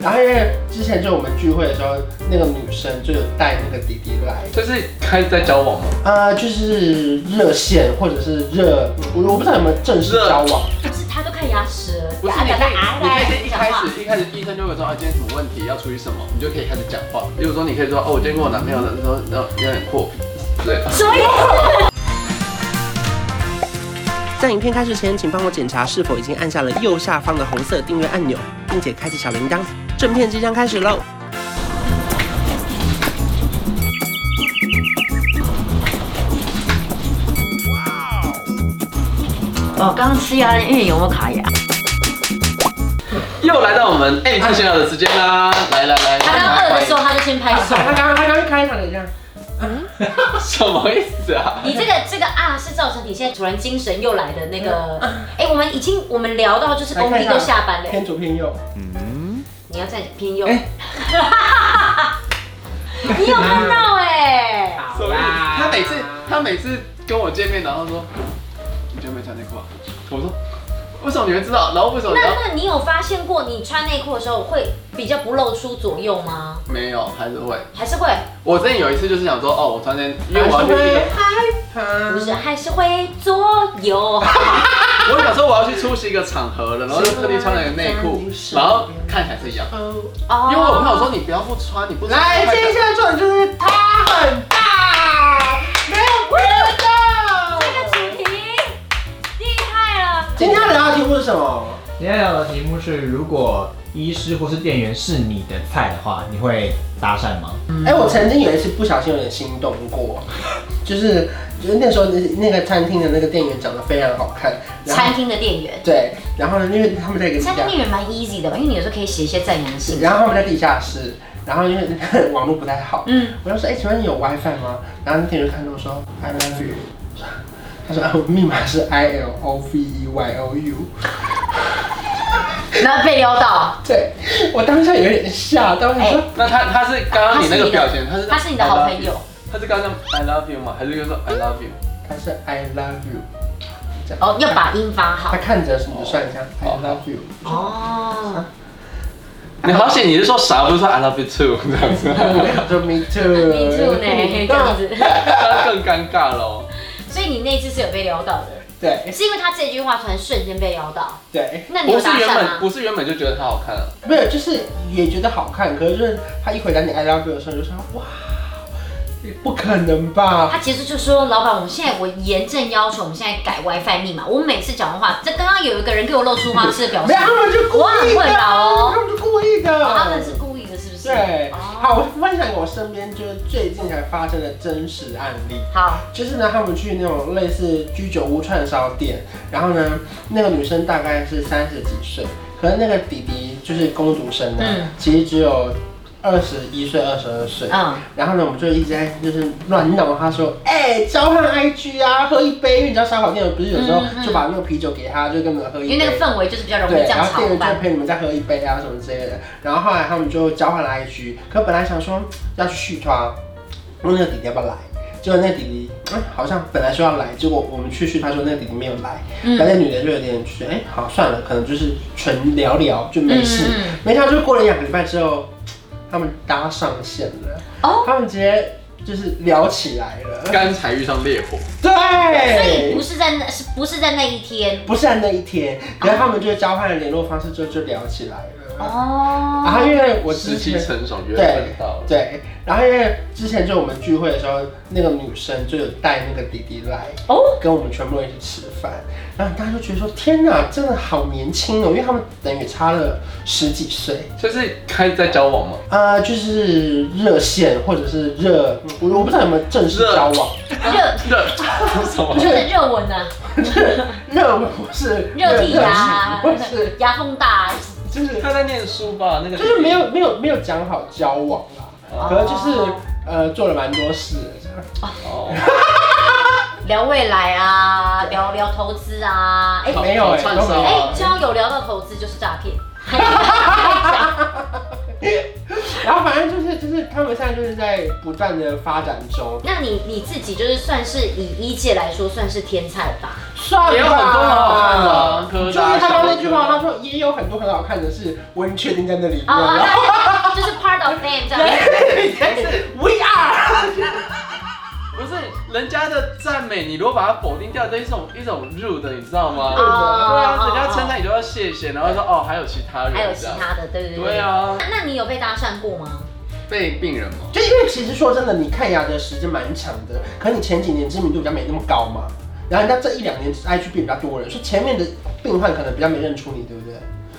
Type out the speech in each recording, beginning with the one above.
然后因为之前就我们聚会的时候，那个女生就有带那个弟弟来，这是开始在交往吗？呃，就是热线或者是热，我我不知道有没有正式交往，不是，他都看牙齿了，不是，你可以，你可以是一开始一开始医生就会说啊，今天什么问题，要处理什么，你就可以开始讲话。例如说，你可以说哦，我今天跟我男朋友的时候，然后有点破皮之类的。什么意思？在影片开始前，请帮我检查是否已经按下了右下方的红色订阅按钮，并且开启小铃铛。正片即将开始喽！哦，刚刚吃鸭因为有没有卡牙？又来到我们哎，你看闲聊的时间啦，来来来，他刚刚饿的时候，他就先拍 手。他刚刚他刚开场也这样，什么意思啊？你这个这个啊，是造成你现在突然精神又来的那个。嗯哎，我们已经我们聊到就是工地都下班了，偏左偏右，你要站偏右。哎 你有看到哎？什么意思？他每次他每次跟我见面，然后说你今天没穿内裤啊？我说为什么你会知道？然后为什么？那然后那你有发现过你穿内裤的时候会比较不露出左右吗？没有，还是会。还是会？我之前有一次就是想说，哦，我突然间因为我要去一个不是，啊还是会左右。我想说我要去出席一个场合了，然后就特地穿了一个内裤，然后看起来是一样。哦因为我朋友说你不要不穿，你不穿来，接下来重点就是他很大，没有别这的。个主题厉害了。今天要聊的题目是什么？今天聊的题目是：如果医师或是店员是你的菜的话，你会搭讪吗？嗯哎、我曾经有一次不小心有点心动过，就是就是那时候那那个餐厅的那个店员长得非常好看，然后餐厅的店员，对，然后呢，因为他们在一个地餐厅下，店员蛮 easy 的吧？因为你有时候可以写一些赞扬信。然后他们在地下室，然后因为网络不太好，嗯，我就说，哎、请问你有 WiFi 吗？然后那店员看着我说，I love you，他说啊，我密码是 I L O V E Y O U，然后被撩到，对我当下有点吓到，我想说。哎那他他是刚刚你那个表情，他是他是你的好朋友，，他是刚刚 I love you 吗？还是就说 I love you？他是 I love you，这样哦，要把音发好他。看着你就算一下 I 哦 love you，哦，你好险，你是说啥？不是说 I love you too 这样子，就 me 你住 too，啊呢？这样子，那更尴尬哦喽。所以你那次是有被撩到的，对是因为他这句话突然瞬间被撩到，对，那你不有是搭原讪本吗？不是原本就觉得他好看啊，没有，就是也觉得好看，可是就是他一回答你 I love you 的时候，就说哇，不可能吧？他其实就说：“老板，我们现在我严正要求，我们现在改 WiFi 密码。我每次讲完话，这刚刚有一个人给我露出花痴的表没情有，，他们就故我很意的，困扰哦他们就故意的，他们是故意的，是不是？对。哦，好，我分享给我身边就是最近才发生的真实案例。好，就是呢，他们去那种类似居酒屋串烧店，然后呢，那个女生大概是三十几岁，可是那个弟弟就是公读生呢，嗯其实只有二十一岁、二十二岁。嗯，然后呢，我们就一直在就是乱闹，他说，哎、交换 IG 啊，喝一杯，因为你知道烧烤店不是有时候嗯嗯就把那个啤酒给他，就跟我们喝一杯。因为那个氛围就是比较容易对，这然样后吵店员就吧。陪你们再喝一杯啊什么之类的。然后后来他们就交换了 IG，可本来想说要去续他，问那个弟弟要不要来，结果那个弟弟、嗯好像本来说要来，结果我们去续他说那个弟弟没有来，嗯然后那女的就有点就是哎、好算了，可能就是纯聊聊就没事。嗯嗯嗯没想到就过了两个礼拜之后，他们搭上线了，哦他们直接就是聊起来了，干柴遇上烈火，对，所以不是在那，是不是在那一天？不是在那一天，可是他们就交换了联络方式之后就聊起来了。然后哦，因为我之时机前成熟，缘对分到了。对，然后因为之前就我们聚会的时候，那个女生就有带那个弟弟来，哦，跟我们全部人一起吃饭，然后大家就觉得说天哪，真的好年轻哦，因为他们等于差了十几岁，所以是开始在交往吗？ 呃，就是热线或者是热，我我不知道有没有正式交往，热热什么？热热吻啊，热吻或是热地啊热情或是，牙缝大啊，就是他在念书吧，那个就是没有没有没有讲好交往啦，可能就是哦呃做了蛮多事的这样。哦，聊未来啊，聊聊投资啊，哎没有哎串都没烧有哎，啊，交友聊到投资就是诈骗。然后反正就是就是就是他们现在就是在不断的发展中，那你你自己就是算是以一界来说算是天才吧？算也有很多很好看的啊，就柯是达他刚小那柯句话，达他说也有很多很好看的是，我已经确定在那里面啊、哦，了。那就是 part of them 这样。 We are，哎不是人家的赞美，你如果把它否定掉，这是一种一种 rude，你知道吗？哦对啊，人家称赞你就要谢谢，然后说哦还有其他人，还有其，他的，对不对？对。啊，那那你有被搭讪过吗？被病人嘛，就因为其实说真的，你看牙的时间蛮长的，可你前几年知名度比较没那么高嘛，然后人家这一两年 IG 变比较多人，所以前面的病患可能比较没认出你，对不对？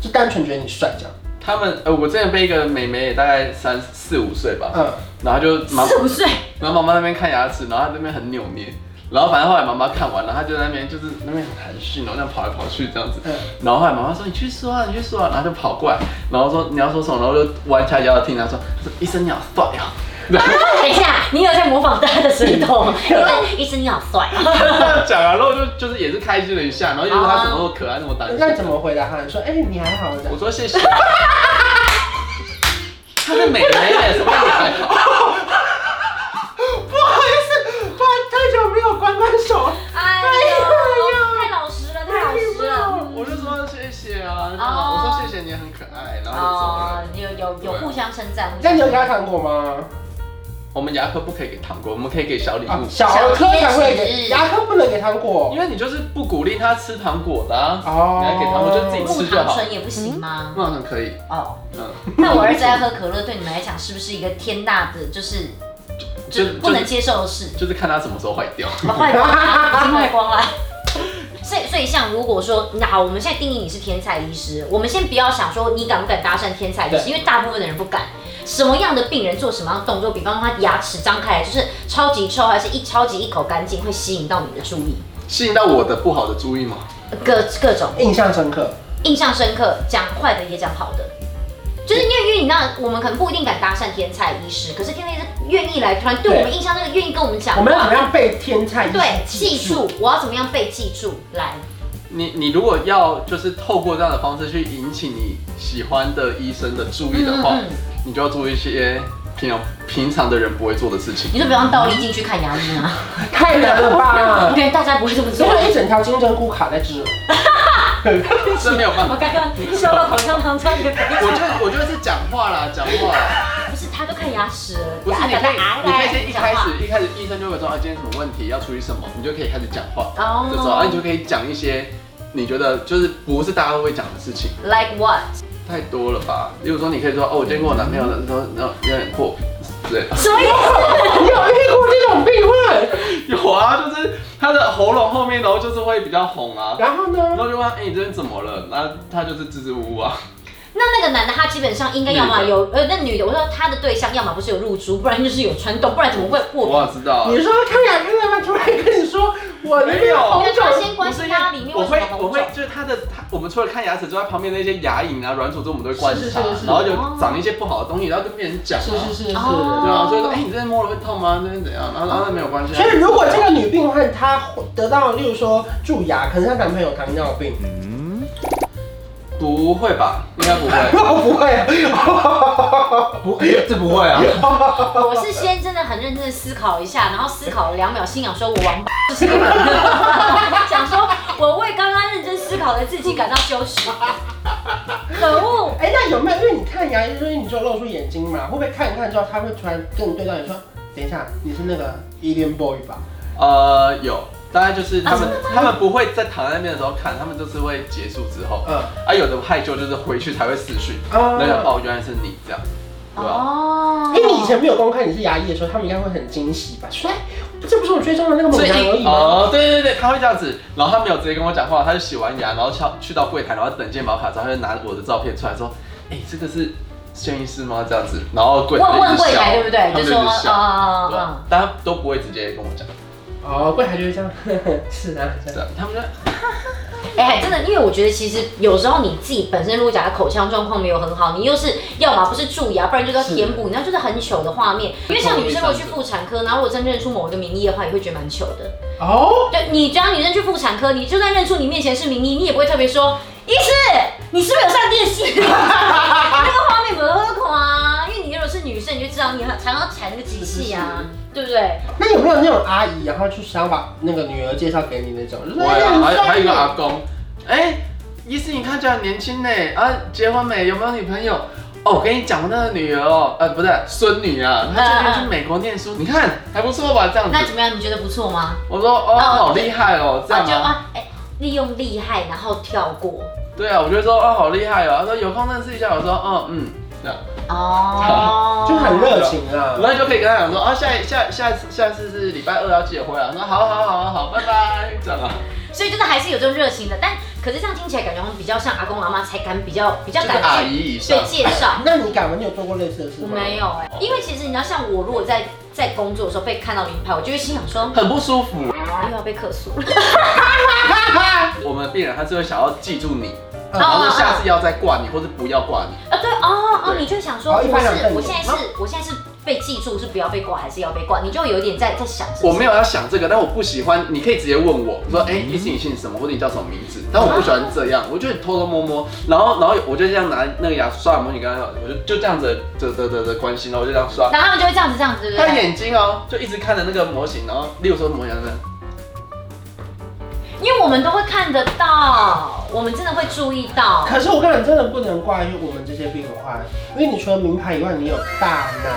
就单纯觉得你帅这样。他们呃，我之前被一个美眉也大概三四五岁吧，嗯，然后就妈四五岁，然后妈妈那边看牙齿，然后她那边很扭捏，然后反正后来妈妈看完了，她就在那边就是那边很含蓄，然后那样跑来跑去这样子嗯，然后后来妈妈说你去说啊，你去说啊，然后就跑过来，然后说你要说什么，然后就弯下腰听她说，她说医生你好帅哦，等一下，你有在模仿他的舌头？医生你好帅啊！ 这样讲啊，然后就就是也是开心了一下，然后就说她怎么那么可爱，那么单那纯怎，么回答他？你说，哎、你还好这样我。说谢谢。她是美眉耶，什么样还好？不好意思，不然太久没有关关手。哎呦，太老实了，太老实了。我就说谢谢啊，哦我说谢谢你很可爱，然后就走了哦。，有有有互相称赞。那你有给他糖果吗？我们牙科不可以给糖果，我们可以给小礼啊，物，小儿科才会小贴给，纸牙科不能给糖果。因为你就是不鼓励他吃糖果的、啊，哦你还给糖果就自己木吃就糖好。醇也不行吗？那很可以，哦，嗯，那我儿子爱喝可乐，对你们来讲是不是一个天大的就是就就是不能接受的事？就是看他什么时候坏掉。把坏光啦，已经坏光了。 所以，所以像如果说，那好，我们现在定义你是天才医师，我们先不要想说你敢不敢搭讪天才医师，对因为大部分的人不敢。什么样的病人做什么样的动作，比方说他牙齿张开来就是超级臭，还是一超级一口干净，会吸引到你的注意，吸引到我的不好的注意吗？各各种印象深刻，印象深刻，讲坏的也讲好的。就是因为，因为你知道，我们可能不一定敢搭讪天才医师，可是天才医师愿意来，突然对我们印象那个愿意跟我们讲话，我们要怎么样被天菜对记记住，我要怎么样被记住来。你你如果要就是透过这样的方式去引起你喜欢的医生的注意的话，嗯嗯嗯你就要做一些平常平常的人不会做的事 情。你就不用倒立进去看牙医 啊，太难了吧因？为大家不会这么做因。为一整条金针菇卡在这，这没有办我法，刚刚笑到口香糖穿的，我就我就是讲话啦，讲话啦。 不是他都看牙齿了，啊不是，你牙可以，你可以先一开。牙牙牙始，一开始医生就会说啊，今天什么问题，要处理什么，你就可以开始讲话。哦这时候，啊，你就可以讲一些你觉得就是不是大家都会讲的事情， Like what？太多了吧？例如说，你可以说哦，我今天跟我男朋友嗯那时候那有点破皮之类的。什么意思？你有遇过这种病患？有啊，就是他的喉咙后面，然后就是会比较红啊，然后呢？然后就问他哎、你这边怎么了？那他就是支支吾吾啊。那那个男的他基本上应该要么有呃，那女的我说他的对象要么不是有露珠，不然就是有穿洞，不然怎么会破我哪知道啊？你说看牙看到吗？突然跟你说我那边红皮？肿那，他先关心他里面哦我为会什么我红会肿？就是他的他，我们除了看牙齿之外，旁边那些牙龈啊、软组织我们都会观察，是是是是然后就长一些不好的东西，然后跟别人讲、啊。是是是是。哦对啊，所以说，哎、你这边摸了会痛吗？这边怎样？然后然后那没有关系啊。所以，如果这个女病患她得到，例如说蛀牙，可能她男朋友糖尿病，不会吧？应该 不会。我不会啊，啊 哦不，这不会啊，我是先真的很认真的思考一下，然后思考了两秒，心想说我 王八就是个人，想说我为刚刚认真思考的自己感到羞耻，可恶。哎、那有没有？因为你看牙医，所以你就露出眼睛嘛，会不会看一看之后，他会突然跟你对到你说，等一下，你是那个 Alien Boy 吧？呃，有，大概就是他啊们，他们不会在躺在那边的时候看，他们就是会结束之后，嗯啊，有的害羞就是回去才会死去，啊那个哦，原来是你这样，对吧？哦，因为你以前没有公开你是牙医的时候，他们应该会很惊喜吧？说，哎，这不是我追踪的那个所猛以男而已吗？哦，对对对，他会这样子，然后他没有直接跟我讲话，他就洗完牙，然后敲去到柜台，然后等健保卡，然后他就拿我的照片出来说，哎、这个是轩医师吗？这样子，然后柜台问问就柜笑台对不对？哎他就们说一直笑啊对吧大家都不会直接跟我讲，哦，柜台就会这样， 呵呵是啊，是这啊。样他们就哎，真的，因为我觉得其实有时候你自己本身如果讲的口腔状况没有很好，你又是要么不是蛀牙，不然就是要填补，你知道就是很糗的画面。因为像女生如果去妇产科，然后我真认出某一个名医的话，也会觉得蛮糗的。哦，对，你只要女生去妇产科，你就算认出你面前是名医，你也不会特别说医师，你 是不是有上电视？那个画面不会夸啊，因为你如果是女生，你就知道你很才要产那个机器啊是，对不对？那有没有那种阿姨，然后就想把那个女儿介绍给你那种？就是我呀，还有还有一个阿啊，公，哎、医师你看起来很年轻呢，啊，结婚没？有没有女朋友？哦，我跟你讲，我那个女儿哦，呃，不是孙女啊，她最近去美国念书，你看还不错吧？这样嗯那怎子，么样？你觉得不错吗？我说哦，哦好厉害哦，这啊，样就吗？啊，哎，利用厉害，然后跳过对啊，我就说哦，好厉害哦。他说有空认识一下，我说哦，嗯，这样，哦， 就很热情啊然。后就可以跟他讲说啊，下一下下次下次是礼拜二要记得回来。我说好好好好好，拜拜，这样啊，所以就是还是有这种热情的，但可是这样听起来感觉好像比较像阿公阿妈才敢比较比较就是敢阿去姨以上对，介 绍。那你敢吗？你有做过类似的事我吗？没有哎、因为其实你知道，像我如果在在工作的时候被看到名牌，我就会心想说很不舒服。又要被克诉了。我们的病人他是会想要记住你，嗯哦然后说下次要再挂你，或者不要挂你。 啊，对哦哦，对你就想说哦我一般两份是我现在嗯啊是我现在是被记住是不要被挂还是要被挂，你就有点在在想是不我是没有要想这个，但我不喜欢。你可以直接问我，嗯说，哎、医生你姓什么，或者你叫什么名字？但我不喜欢这样，我就偷偷摸摸，然后，然后我就这样拿那个牙刷的模型跟他讲，我就就这样子的的的的关心，然后我就这样刷。然后他们就会这样子这样子，对不他对？眼睛哦，就一直看着那个模型，然后，例如说模型呢，因为我们都会看得到，我们真的会注意到。可是我个人真的不能怪就我们这些病患，因为你除了名牌以外，你有大脑。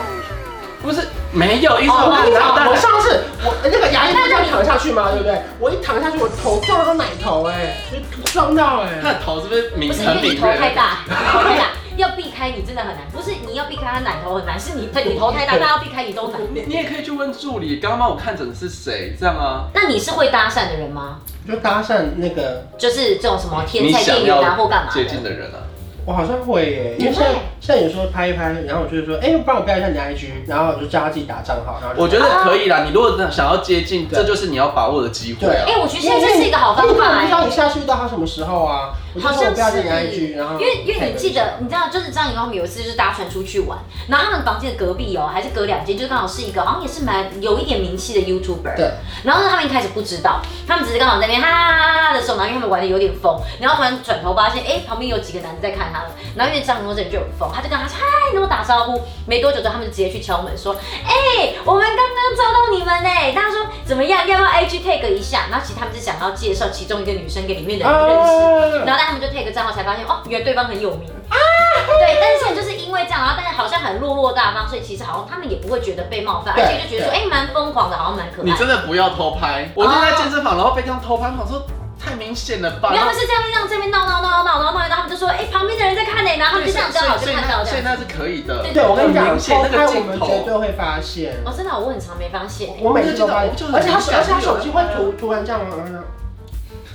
不是没有医生，哦我哦我跟你拿讲，到我上次我那个牙医不是要躺下去吗？对不对？我一躺下去，我头撞到奶头，哎，就撞到哎。他的头是不是敏不是因很为你敏头锐？太大，你头太大，要避开你真的很难。不是你要避开他奶头很难，是你你头太大，大家要避开你都难。你你也可以去问助理，刚刚帮我看诊的是谁，这样啊？那你是会搭讪的人吗？就搭讪那个，就是这种什么你天菜想店员啊，或干要嘛接近的？的人啊？我好像会耶，因为现你会在现在有时候拍一拍，然后我就说，哎，帮我标一下你的 IG，然后我就叫他自己打账号，然后就我觉得可以啦，你如果想要接近，这就是你要把握的机会啊哎、。我觉得现在这是一个好方因为法你嗯不知道哎、你下次遇到他什么时候啊？我就好说我像不要跟你是， IG，然后因为因为你记得，你知道，就是张颖跟我们有一次就是搭船出去玩，然后他们房间的隔壁哦、还是隔两间，就是刚好是一个好像也是蛮有一点名气的 YouTuber，对，然后呢，他们一开始不知道，他们只是刚好在那边哈哈哈哈哈的时候，然后因为他们玩的有点疯，然后突然转头发现，哎、旁边有几个男的在看他们，然后因为张国这人就很疯，他就跟他说嗨，跟我打招呼，没多久之后，他们就直接去敲门说，哎、我们刚刚抓到你们哎、大家说怎么样，要不要 IG tag 一下？然后其实他们是想要介绍其中一个女生给里面的人认识。啊然后但他们就 take 个账号才发现，哦，原来对方很有名对，但是现在就是因为这样，然后但是好像很落落大方，所以其实好像他们也不会觉得被冒犯，对而且就觉得说，哎，蛮疯狂的，好像蛮可爱你的。真的不要偷拍，我就在健身房，然后被这样偷拍，我想说太明显了吧。然后他们是这样这样这边闹闹闹闹闹闹，然后他们就说，哎，旁边的人在看呢，然后他们就这样刚好就所以看到那这所以样。那是可以的。对，我跟你很讲，明显偷那拍个我镜们绝头，对会发现。哦，真的，我很常没发现欸。我每次都发现我就，很而且他手敏而感且他手机会突突然这样，嗯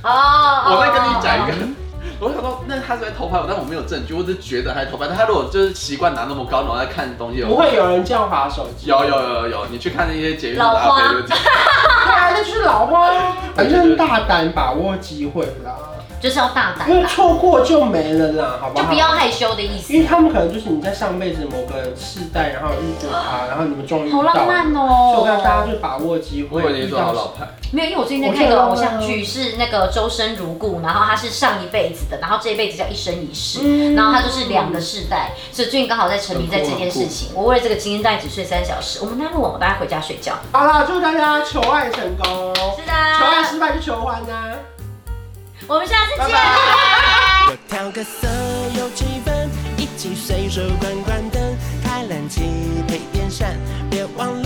哦哦，我再跟你讲一哦。个。 我想说，那他是在偷拍我，但我没有证据，我只是觉得他在偷拍。但他如果就是习惯拿那么高，然后在看东西，不会有人这样划手机。有有有有有，你去看那些节目啊老花大家就这样对啊，那就是老花，哎反正大胆把握机会啦，就是要大胆因为啦，错过就没了啦，好不就好？不要害羞的意思因。为他们可能就是你在上辈子某个世代，然后遇见啊他，然后你们终于遇到好了，浪漫所以我看大哦！家就把握机会我以为遇你说好到老派，没有，因为我最近在看一个偶像剧，是那个周生如故，然后他是上一辈子的，然后这一辈子叫一生一世。然后他就是两个世代，所以最近刚好在沉迷在这件事情。我为了这个今天大概只睡三小时，我们那录完我大家回家睡觉。好啦，祝大家求爱成功，求是啊爱的，失败就求欢呐、啊。我们下次见。拜拜我调个色有气氛，一起随手关关灯，开冷气配电扇，别忘了